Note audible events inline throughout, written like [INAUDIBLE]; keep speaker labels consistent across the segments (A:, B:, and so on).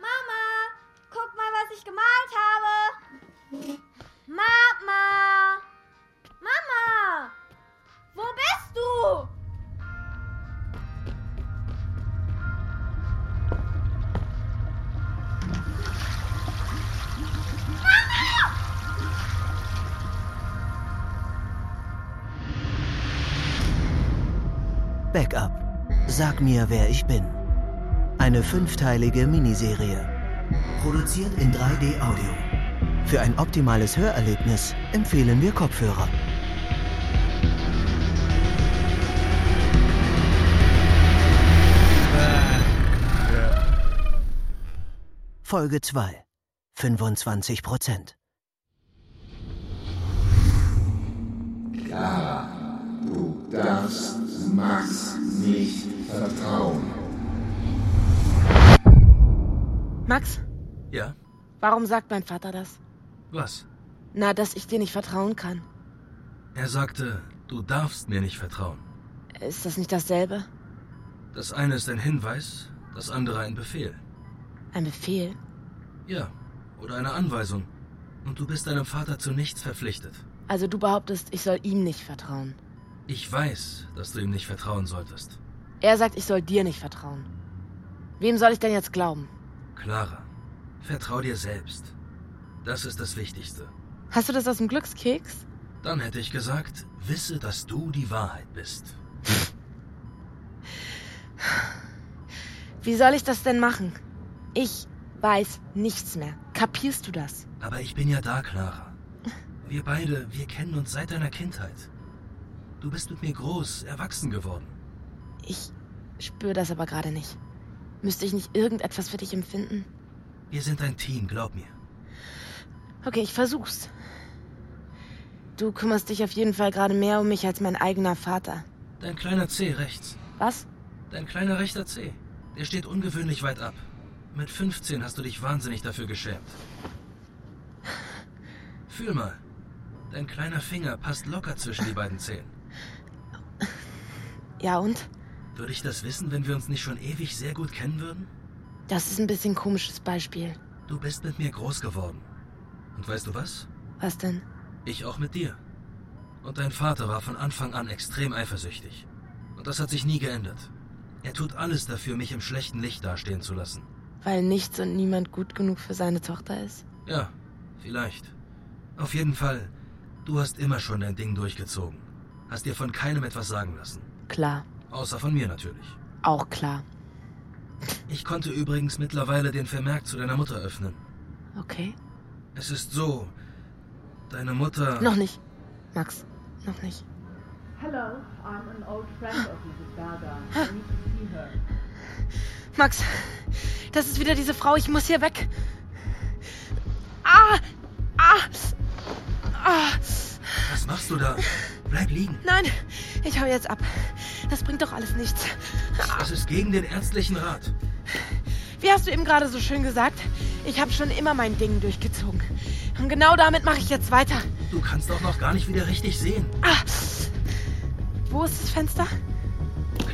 A: Mama, guck mal, was ich gemalt habe. Mama! Mama! Wo bist du?
B: Backup. Sag mir, wer ich bin. Eine fünfteilige Miniserie. Produziert in 3D Audio. Für ein optimales Hörerlebnis empfehlen wir Kopfhörer. Folge 2. 25 Prozent.
C: Du darfst Max nicht vertrauen.
D: Max,
E: Ja?
D: warum sagt mein Vater das?
E: Was?
D: Na, dass ich dir nicht vertrauen kann.
E: Er sagte, du darfst mir nicht vertrauen.
D: Ist das nicht dasselbe?
E: Das eine ist ein Hinweis, das andere ein Befehl.
D: Ein Befehl?
E: Ja, oder eine Anweisung. Und du bist deinem Vater zu nichts verpflichtet.
D: Also du behauptest, ich soll ihm nicht vertrauen.
E: Ich weiß, dass du ihm nicht vertrauen solltest.
D: Er sagt, ich soll dir nicht vertrauen. Wem soll ich denn jetzt glauben?
E: Clara, vertrau dir selbst. Das ist das Wichtigste.
D: Hast du das aus dem Glückskeks?
E: Dann hätte ich gesagt, wisse, dass du die Wahrheit bist.
D: Wie soll ich das denn machen? Ich weiß nichts mehr. Kapierst du das?
E: Aber ich bin ja da, Clara. Wir beide, wir kennen uns seit deiner Kindheit. Du bist mit mir groß, erwachsen geworden.
D: Ich spüre das aber gerade nicht. Müsste ich nicht irgendetwas für dich empfinden?
E: Wir sind ein Team, glaub mir.
D: Okay, ich versuch's. Du kümmerst dich auf jeden Fall gerade mehr um mich als mein eigener Vater.
E: Dein kleiner C rechts.
D: Was?
E: Dein kleiner rechter C. Der steht ungewöhnlich weit ab. Mit 15 hast du dich wahnsinnig dafür geschämt. Fühl mal. Dein kleiner Finger passt locker zwischen die beiden Zehen.
D: Ja und?
E: Würde ich das wissen, wenn wir uns nicht schon ewig sehr gut kennen würden?
D: Das ist ein bisschen komisches Beispiel.
E: Du bist mit mir groß geworden. Und weißt du was?
D: Was denn?
E: Ich auch mit dir. Und dein Vater war von Anfang an extrem eifersüchtig. Und das hat sich nie geändert. Er tut alles dafür, mich im schlechten Licht dastehen zu lassen.
D: Weil nichts und niemand gut genug für seine Tochter ist?
E: Ja, vielleicht. Auf jeden Fall, du hast immer schon dein Ding durchgezogen. Hast dir von keinem etwas sagen lassen.
D: Klar,
E: Außer von mir natürlich.
D: auch klar.
E: Ich konnte übrigens mittlerweile den Vermerk zu deiner Mutter öffnen.
D: Okay.
E: Es ist so, deine Mutter...
D: Noch nicht. Max, noch nicht.
F: Hello, I'm an old friend of Mrs. Berger. I need to see her.
D: Max, das ist wieder diese Frau, ich muss hier weg. Ah! Ah! Ah!
E: Was machst du da? Bleib liegen.
D: Nein, ich hau jetzt ab. Das bringt doch alles nichts.
E: Das ist gegen den ärztlichen Rat.
D: Wie hast du eben gerade so schön gesagt? Ich habe schon immer mein Ding durchgezogen. Und genau damit mache ich jetzt weiter.
E: Du kannst auch noch gar nicht wieder richtig sehen.
D: Ah! Wo ist das Fenster?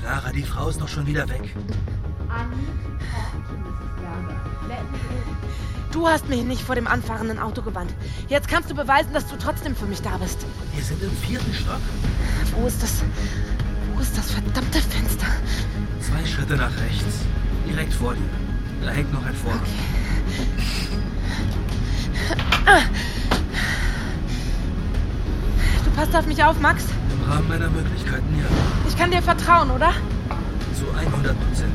E: Clara, die Frau ist doch schon wieder weg.
F: I need to talk to Mrs. Berger. Let me in.
D: Du hast mich nicht vor dem anfahrenden Auto gewandt. Jetzt kannst du beweisen, dass du trotzdem für mich da bist.
E: Wir sind im vierten Stock.
D: Wo ist das? Wo ist das verdammte Fenster?
E: Zwei Schritte nach rechts. Direkt vor dir. Da hängt noch ein Vorhang.
D: Du passt auf mich auf, Max.
E: Im Rahmen meiner Möglichkeiten, ja.
D: Ich kann dir vertrauen, oder?
E: Zu 100 Prozent.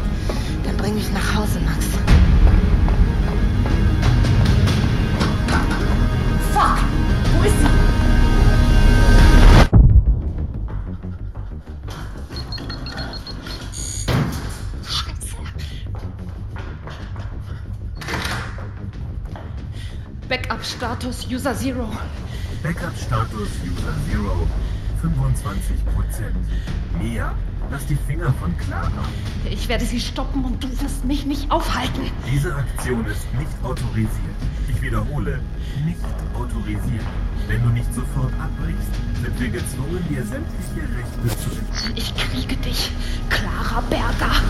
D: Dann bring mich nach Hause, Max.
G: Fuck! Wo ist sie? Backup-Status User Zero.
H: Backup-Status User Zero. 25 Prozent. Mia, lass die Finger von Clara.
G: Ich werde sie stoppen und du wirst mich nicht aufhalten.
H: Diese Aktion ist nicht autorisiert. Ich wiederhole, nicht autorisiert. Wenn du nicht sofort abbrichst, sind wir gezwungen, dir sämtliche Rechte zu entziehen.
G: Ich kriege dich, Clara Berger.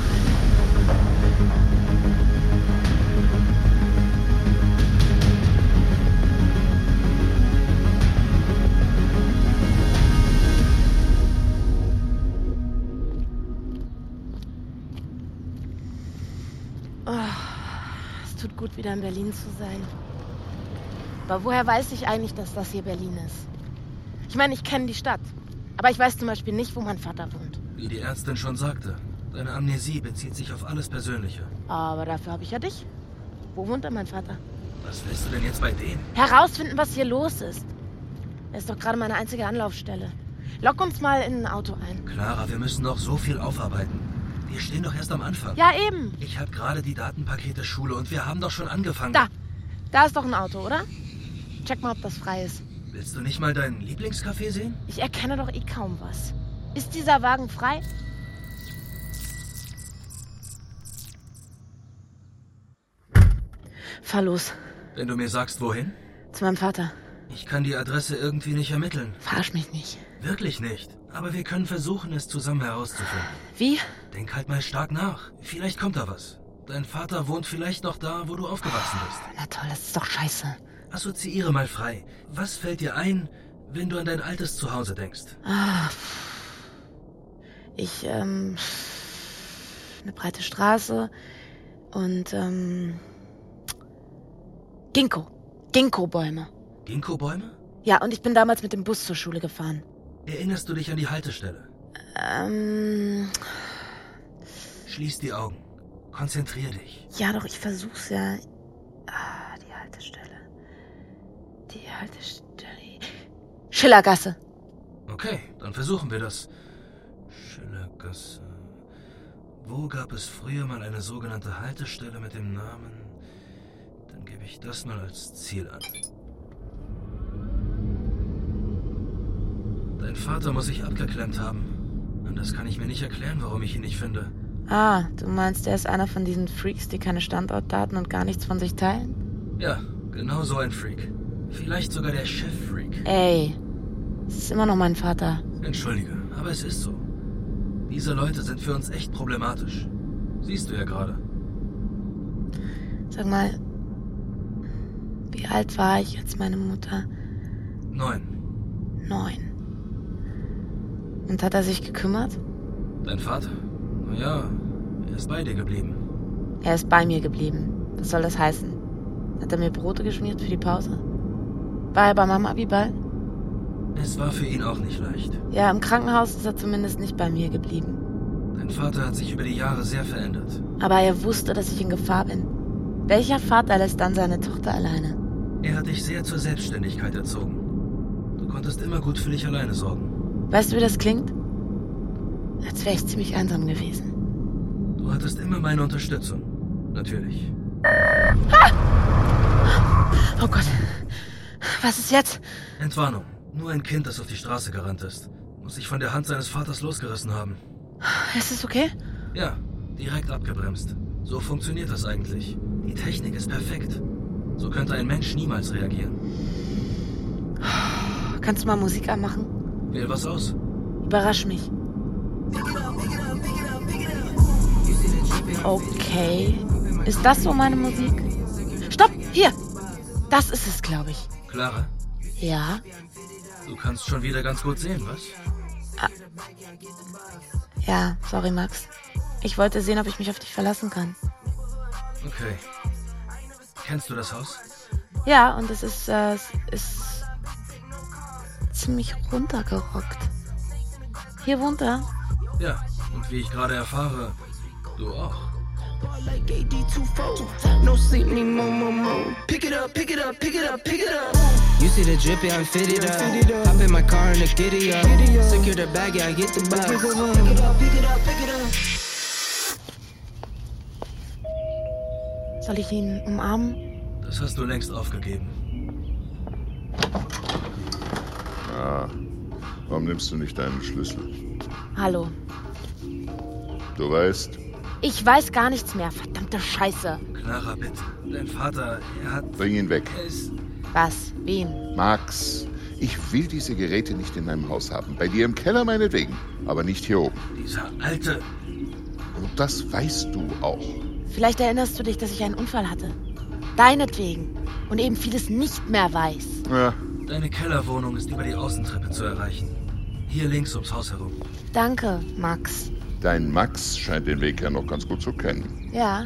D: Es tut gut, wieder in Berlin zu sein. Aber woher weiß ich eigentlich, dass das hier Berlin ist? Ich meine, ich kenne die Stadt. Aber ich weiß zum Beispiel nicht, wo mein Vater wohnt.
E: Wie die Ärztin schon sagte, deine Amnesie bezieht sich auf alles Persönliche.
D: Aber dafür habe ich ja dich. Wo wohnt denn mein Vater?
E: Was willst du denn jetzt bei denen?
D: Herausfinden, was hier los ist. Er ist doch gerade meine einzige Anlaufstelle. Lock uns mal in ein Auto ein.
E: Clara, wir müssen noch so viel aufarbeiten. Wir stehen doch erst am Anfang.
D: Ja, eben.
E: Ich habe gerade die Datenpakete Schule und wir haben doch schon angefangen.
D: Da. Da ist doch ein Auto, oder? Check mal, ob das frei ist.
E: Willst du nicht mal deinen Lieblingscafé sehen?
D: Ich erkenne doch eh kaum was. Ist dieser Wagen frei? Fahr los.
E: Wenn du mir sagst, wohin?
D: Zu meinem Vater.
E: Ich kann die Adresse irgendwie nicht ermitteln.
D: Verarsch mich nicht.
E: Wirklich nicht. Aber wir können versuchen, es zusammen herauszufinden.
D: Wie?
E: Denk halt mal stark nach. Vielleicht kommt da was. Dein Vater wohnt vielleicht noch da, wo du aufgewachsen bist.
D: Na toll, das ist doch scheiße.
E: Assoziiere mal frei. Was fällt dir ein, wenn du an dein altes Zuhause denkst?
D: Ah. Ich, ähm. Eine breite Straße und, ähm. Ginkgo. Ginkgo-Bäume.
E: Ginkgo-Bäume?
D: Ja, und ich bin damals mit dem Bus zur Schule gefahren.
E: Erinnerst du dich an die Haltestelle?
D: Ähm.
E: Schließ die Augen. Konzentrier dich.
D: Ja, doch, ich versuch's ja. Ah, die Haltestelle. Die Haltestelle. Schillergasse.
E: Okay, dann versuchen wir das. Schillergasse. Wo gab es früher mal eine sogenannte Haltestelle mit dem Namen? Dann gebe ich das mal als Ziel an. Dein Vater muss sich abgeklemmt haben. Anders kann ich mir nicht erklären, warum ich ihn nicht finde.
D: Ah, du meinst, er ist einer von diesen Freaks, die keine Standortdaten und gar nichts von sich teilen?
E: Ja, genau so ein Freak. Vielleicht sogar der Chef-Freak.
D: Ey, es ist immer noch mein Vater.
E: Entschuldige, aber es ist so. Diese Leute sind für uns echt problematisch. Siehst du ja gerade.
D: Sag mal, wie alt war ich, als meine Mutter
E: Neun.
D: neun? Und hat er sich gekümmert?
E: Dein Vater? Naja, er ist bei dir geblieben.
D: Er ist bei mir geblieben. Was soll das heißen? Hat er mir Brote geschmiert für die Pause? War er bei Mama Abiball?
E: Es war für ihn auch nicht leicht.
D: Ja, im Krankenhaus ist er zumindest nicht bei mir geblieben.
E: Dein Vater hat sich über die Jahre sehr verändert.
D: Aber er wusste, dass ich in Gefahr bin. Welcher Vater lässt dann seine Tochter alleine?
E: Er hat dich sehr zur Selbstständigkeit erzogen. Du konntest immer gut für dich alleine sorgen.
D: Weißt du, wie das klingt? Als wäre ich ziemlich einsam gewesen.
E: Du hattest immer meine Unterstützung. Natürlich.
D: Oh Gott. Was ist jetzt?
E: Entwarnung. Nur ein Kind, das auf die Straße gerannt ist, muss sich von der Hand seines Vaters losgerissen haben.
D: Ist es okay?
E: Ja, direkt abgebremst. So funktioniert das eigentlich. Die Technik ist perfekt. So könnte ein Mensch niemals reagieren.
D: Kannst du mal Musik anmachen?
E: Wähl was aus.
D: Überrasch mich. Okay. Ist das so meine Musik? Stopp! Hier! Das ist es, glaube ich.
E: Clara,
D: Ja?
E: du kannst schon wieder ganz gut sehen, was?
D: Ja, sorry, Max. Ich wollte sehen, ob ich mich auf dich verlassen kann.
E: Okay. Kennst du das Haus?
D: Ja, und es ist, äh, es ist ziemlich runtergerockt. Hier wohnt er.
E: Ja, und wie ich gerade erfahre, du auch.
I: You see the drip, yeah, I'm fitted up. Hop in my car and a giddy up. Secure the bag, yeah, I get the bus.
D: Soll ich ihn umarmen?
E: Das hast du längst aufgegeben.
C: Warum nimmst du nicht deinen Schlüssel?
D: Hallo.
C: Du weißt,
D: Ich weiß gar nichts mehr. Verdammte Scheiße.
E: Clara, bitte. Dein Vater, er hat.
C: bring ihn weg.
E: Er ist.
D: Was? Wen?
C: Max, Ich will diese Geräte nicht in meinem Haus haben. Bei dir im Keller meinetwegen, aber nicht hier oben.
E: Dieser alte.
C: Und das weißt du auch.
D: Vielleicht erinnerst du dich, dass ich einen Unfall hatte. Deinetwegen. Und eben vieles nicht mehr weiß.
C: Ja,
E: Deine Kellerwohnung ist über die Außentreppe zu erreichen. Hier links ums Haus herum.
D: Danke, Max.
C: dein Max scheint den Weg ja noch ganz gut zu kennen.
D: Ja.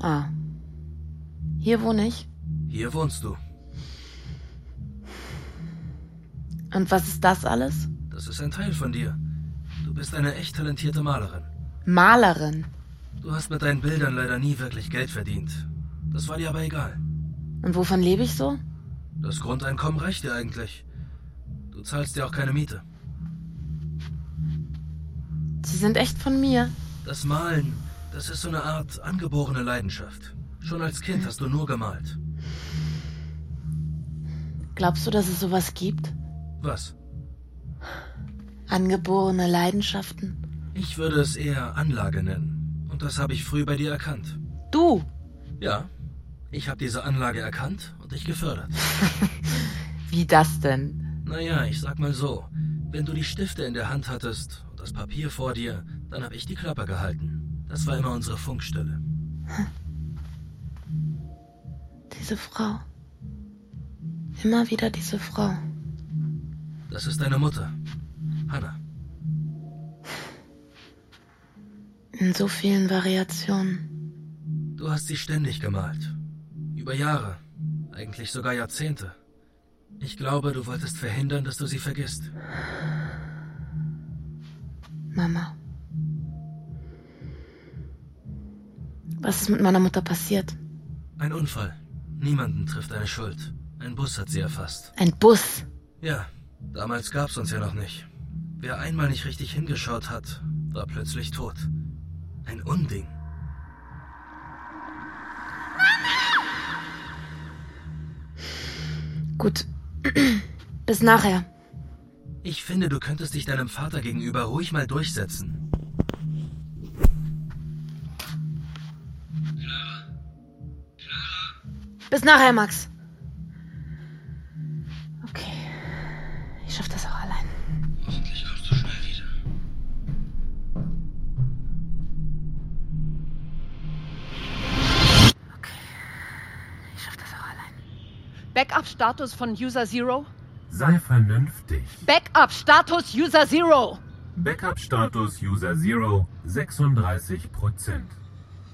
D: Ah. Hier wohne ich.
E: Hier wohnst du.
D: Und was ist das alles?
E: Das ist ein Teil von dir. Du bist eine echt talentierte Malerin.
D: Malerin.
E: Du hast mit deinen Bildern leider nie wirklich Geld verdient. Das war dir aber egal.
D: Und wovon lebe ich so?
E: Das Grundeinkommen reicht dir eigentlich. Du zahlst dir auch keine Miete.
D: Sie sind echt von mir.
E: Das Malen, das ist so eine Art angeborene Leidenschaft. Schon als Kind hast du nur gemalt.
D: Glaubst du, dass es sowas gibt?
E: Was?
D: Angeborene Leidenschaften?
E: Ich würde es eher Anlage nennen. Und das habe ich früh bei dir erkannt.
D: Du!
E: Ja, ich habe diese Anlage erkannt und dich gefördert.
D: Wie das denn?
E: Naja, ich sag mal so. Wenn du die Stifte in der Hand hattest und das Papier vor dir, dann habe ich die Klappe gehalten. Das war immer unsere Funkstelle.
D: Diese Frau. Immer wieder diese Frau.
E: Das ist deine Mutter, Hannah.
D: In so vielen Variationen.
E: Du hast sie ständig gemalt. Über Jahre, eigentlich sogar Jahrzehnte. Ich glaube, du wolltest verhindern, dass du sie vergisst.
D: Mama. Was ist mit meiner Mutter passiert?
E: Ein Unfall. Niemanden trifft eine Schuld. Ein Bus hat sie erfasst.
D: Ein Bus.
E: Ja, damals gab's uns ja noch nicht. Wer einmal nicht richtig hingeschaut hat, war plötzlich tot. Ein Unding.
D: Gut. [CLEARS THROAT] Bis nachher.
E: Ich finde, du könntest dich deinem Vater gegenüber ruhig mal durchsetzen.
D: Bis nachher, Max. Okay. Ich schaff das auch allein.
E: Hoffentlich kommst du schnell wieder.
D: Ich schaff das auch allein.
G: Backup-Status von User Zero?
H: Sei vernünftig.
G: Backup-Status User Zero!
H: Backup-Status User Zero 36%.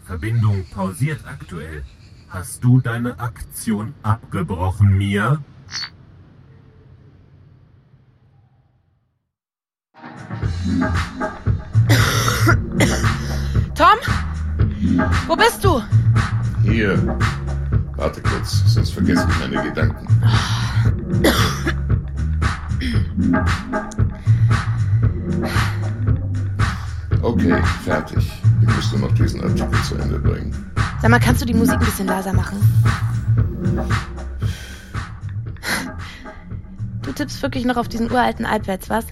H: Verbindung pausiert aktuell. Hast du deine Aktion abgebrochen, Mia?
D: Tom? Wo bist du?
C: Hier. Warte kurz, sonst vergesse ich meine Gedanken. Okay, fertig. Ich muss nur noch diesen Artikel zu Ende bringen.
D: Sag mal, kannst du die Musik ein bisschen leiser machen? Du tippst wirklich noch auf diesen uralten iPads, was?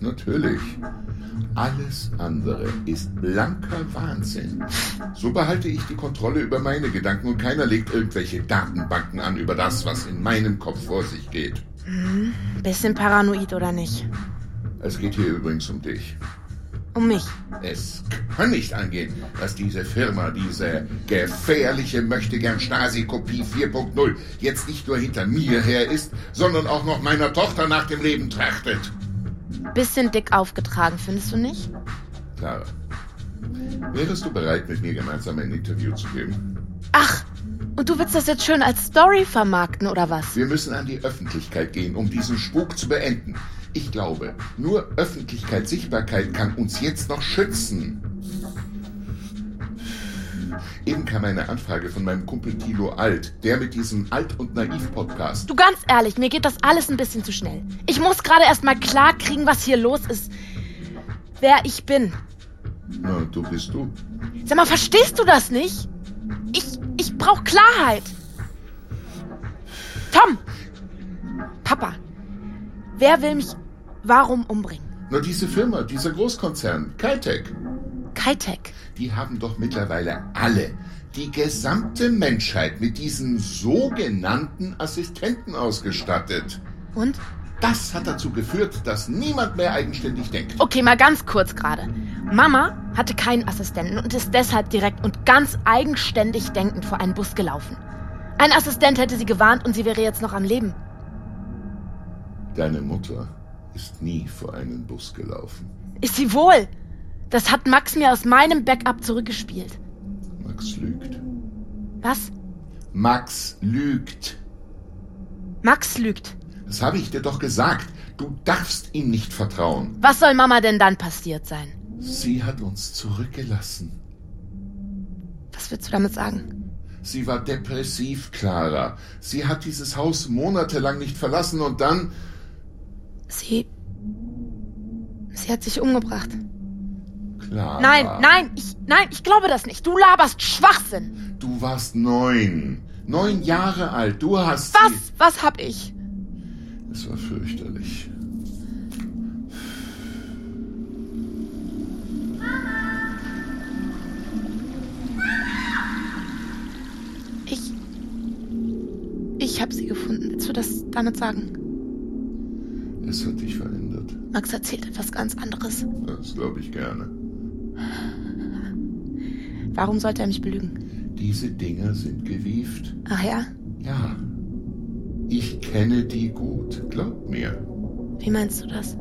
C: Natürlich. Alles andere ist blanker Wahnsinn. So behalte ich die Kontrolle über meine Gedanken und keiner legt irgendwelche Datenbanken an über das, was in meinem Kopf vor sich geht.
D: Bisschen paranoid, oder nicht?
C: Es geht hier übrigens um dich.
D: Um mich.
C: Es kann nicht angehen, dass diese Firma, diese gefährliche Möchtegern Stasi-Kopie 4.0 jetzt nicht nur hinter mir her ist, sondern auch noch meiner Tochter nach dem Leben trachtet.
D: Bisschen dick aufgetragen, findest du nicht?
C: Clara, wärest du bereit, mit mir gemeinsam ein Interview zu geben?
D: Ach, und du willst das jetzt schön als Story vermarkten, oder was?
C: Wir müssen an die Öffentlichkeit gehen, um diesen Spuk zu beenden. Ich glaube, nur Öffentlichkeit, Sichtbarkeit kann uns jetzt noch schützen. Eben kam eine Anfrage von meinem Kumpel Tilo Alt, der mit diesem Alt- und Naiv-Podcast.
D: Du ganz ehrlich, mir geht das alles ein bisschen zu schnell. Ich muss gerade erst mal klar kriegen, was hier los ist. Wer ich bin.
C: Na, du bist du.
D: Sag mal, verstehst du das nicht? Ich, ich brauch Klarheit. Tom! Papa, wer will mich warum umbringen?
C: Na, diese Firma, dieser Großkonzern, Caltech.
D: Hightech.
C: Die haben doch mittlerweile alle, die gesamte Menschheit mit diesen sogenannten Assistenten ausgestattet.
D: Und?
C: Das hat dazu geführt, dass niemand mehr eigenständig denkt.
D: Okay, mal ganz kurz gerade. Mama hatte keinen Assistenten und ist deshalb direkt und ganz eigenständig denkend vor einen Bus gelaufen. Ein Assistent hätte sie gewarnt und sie wäre jetzt noch am Leben.
C: Deine Mutter ist nie vor einen Bus gelaufen.
D: Ist sie wohl? Das hat Max mir aus meinem Backup zurückgespielt.
C: Max lügt.
D: Was?
C: Max lügt.
D: Max lügt.
C: Das habe ich dir doch gesagt. Du darfst ihm nicht vertrauen.
D: Was soll Mama denn dann passiert sein?
C: Sie hat uns zurückgelassen.
D: Was willst du damit sagen?
C: Sie war depressiv, Clara. Sie hat dieses Haus monatelang nicht verlassen und dann
D: Sie. Sie hat sich umgebracht.
C: Clara.
D: Nein, nein, ich, nein, ich glaube das nicht. Du laberst Schwachsinn.
C: Du warst neun. Neun Jahre alt. Du hast.
D: Was,
C: sie-
D: was hab ich?
C: Es war fürchterlich.
D: Ich. Ich hab sie gefunden. Willst du das damit sagen?
C: Es hat dich verändert.
D: Max erzählt etwas ganz anderes.
C: Das glaube ich gerne.
D: Warum sollte er mich belügen?
C: Diese Dinger sind gewieft.
D: Ach ja?
C: Ja. Ich kenne die gut. Glaub mir.
D: Wie meinst du das?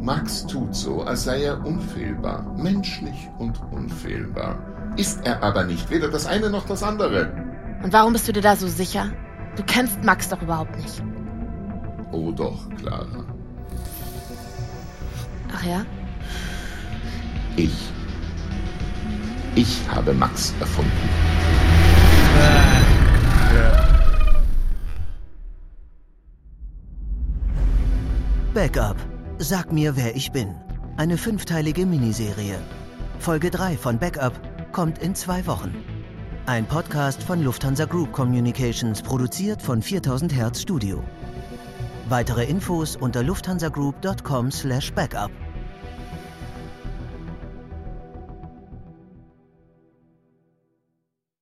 C: Max tut so, als sei er unfehlbar. Menschlich und unfehlbar. Ist er aber nicht. Weder das eine noch das andere.
D: Und warum bist du dir da so sicher? Du kennst Max doch überhaupt nicht.
C: Oh doch, Clara.
D: Ach ja?
C: Ich. Ich habe Max erfunden.
B: Backup. Sag mir, wer ich bin. Eine fünfteilige Miniserie. Folge 3 von Backup kommt in zwei Wochen. Ein Podcast von Lufthansa Group Communications, produziert von 4000 Hertz Studio. Weitere Infos unter lufthansagroup.com/backup.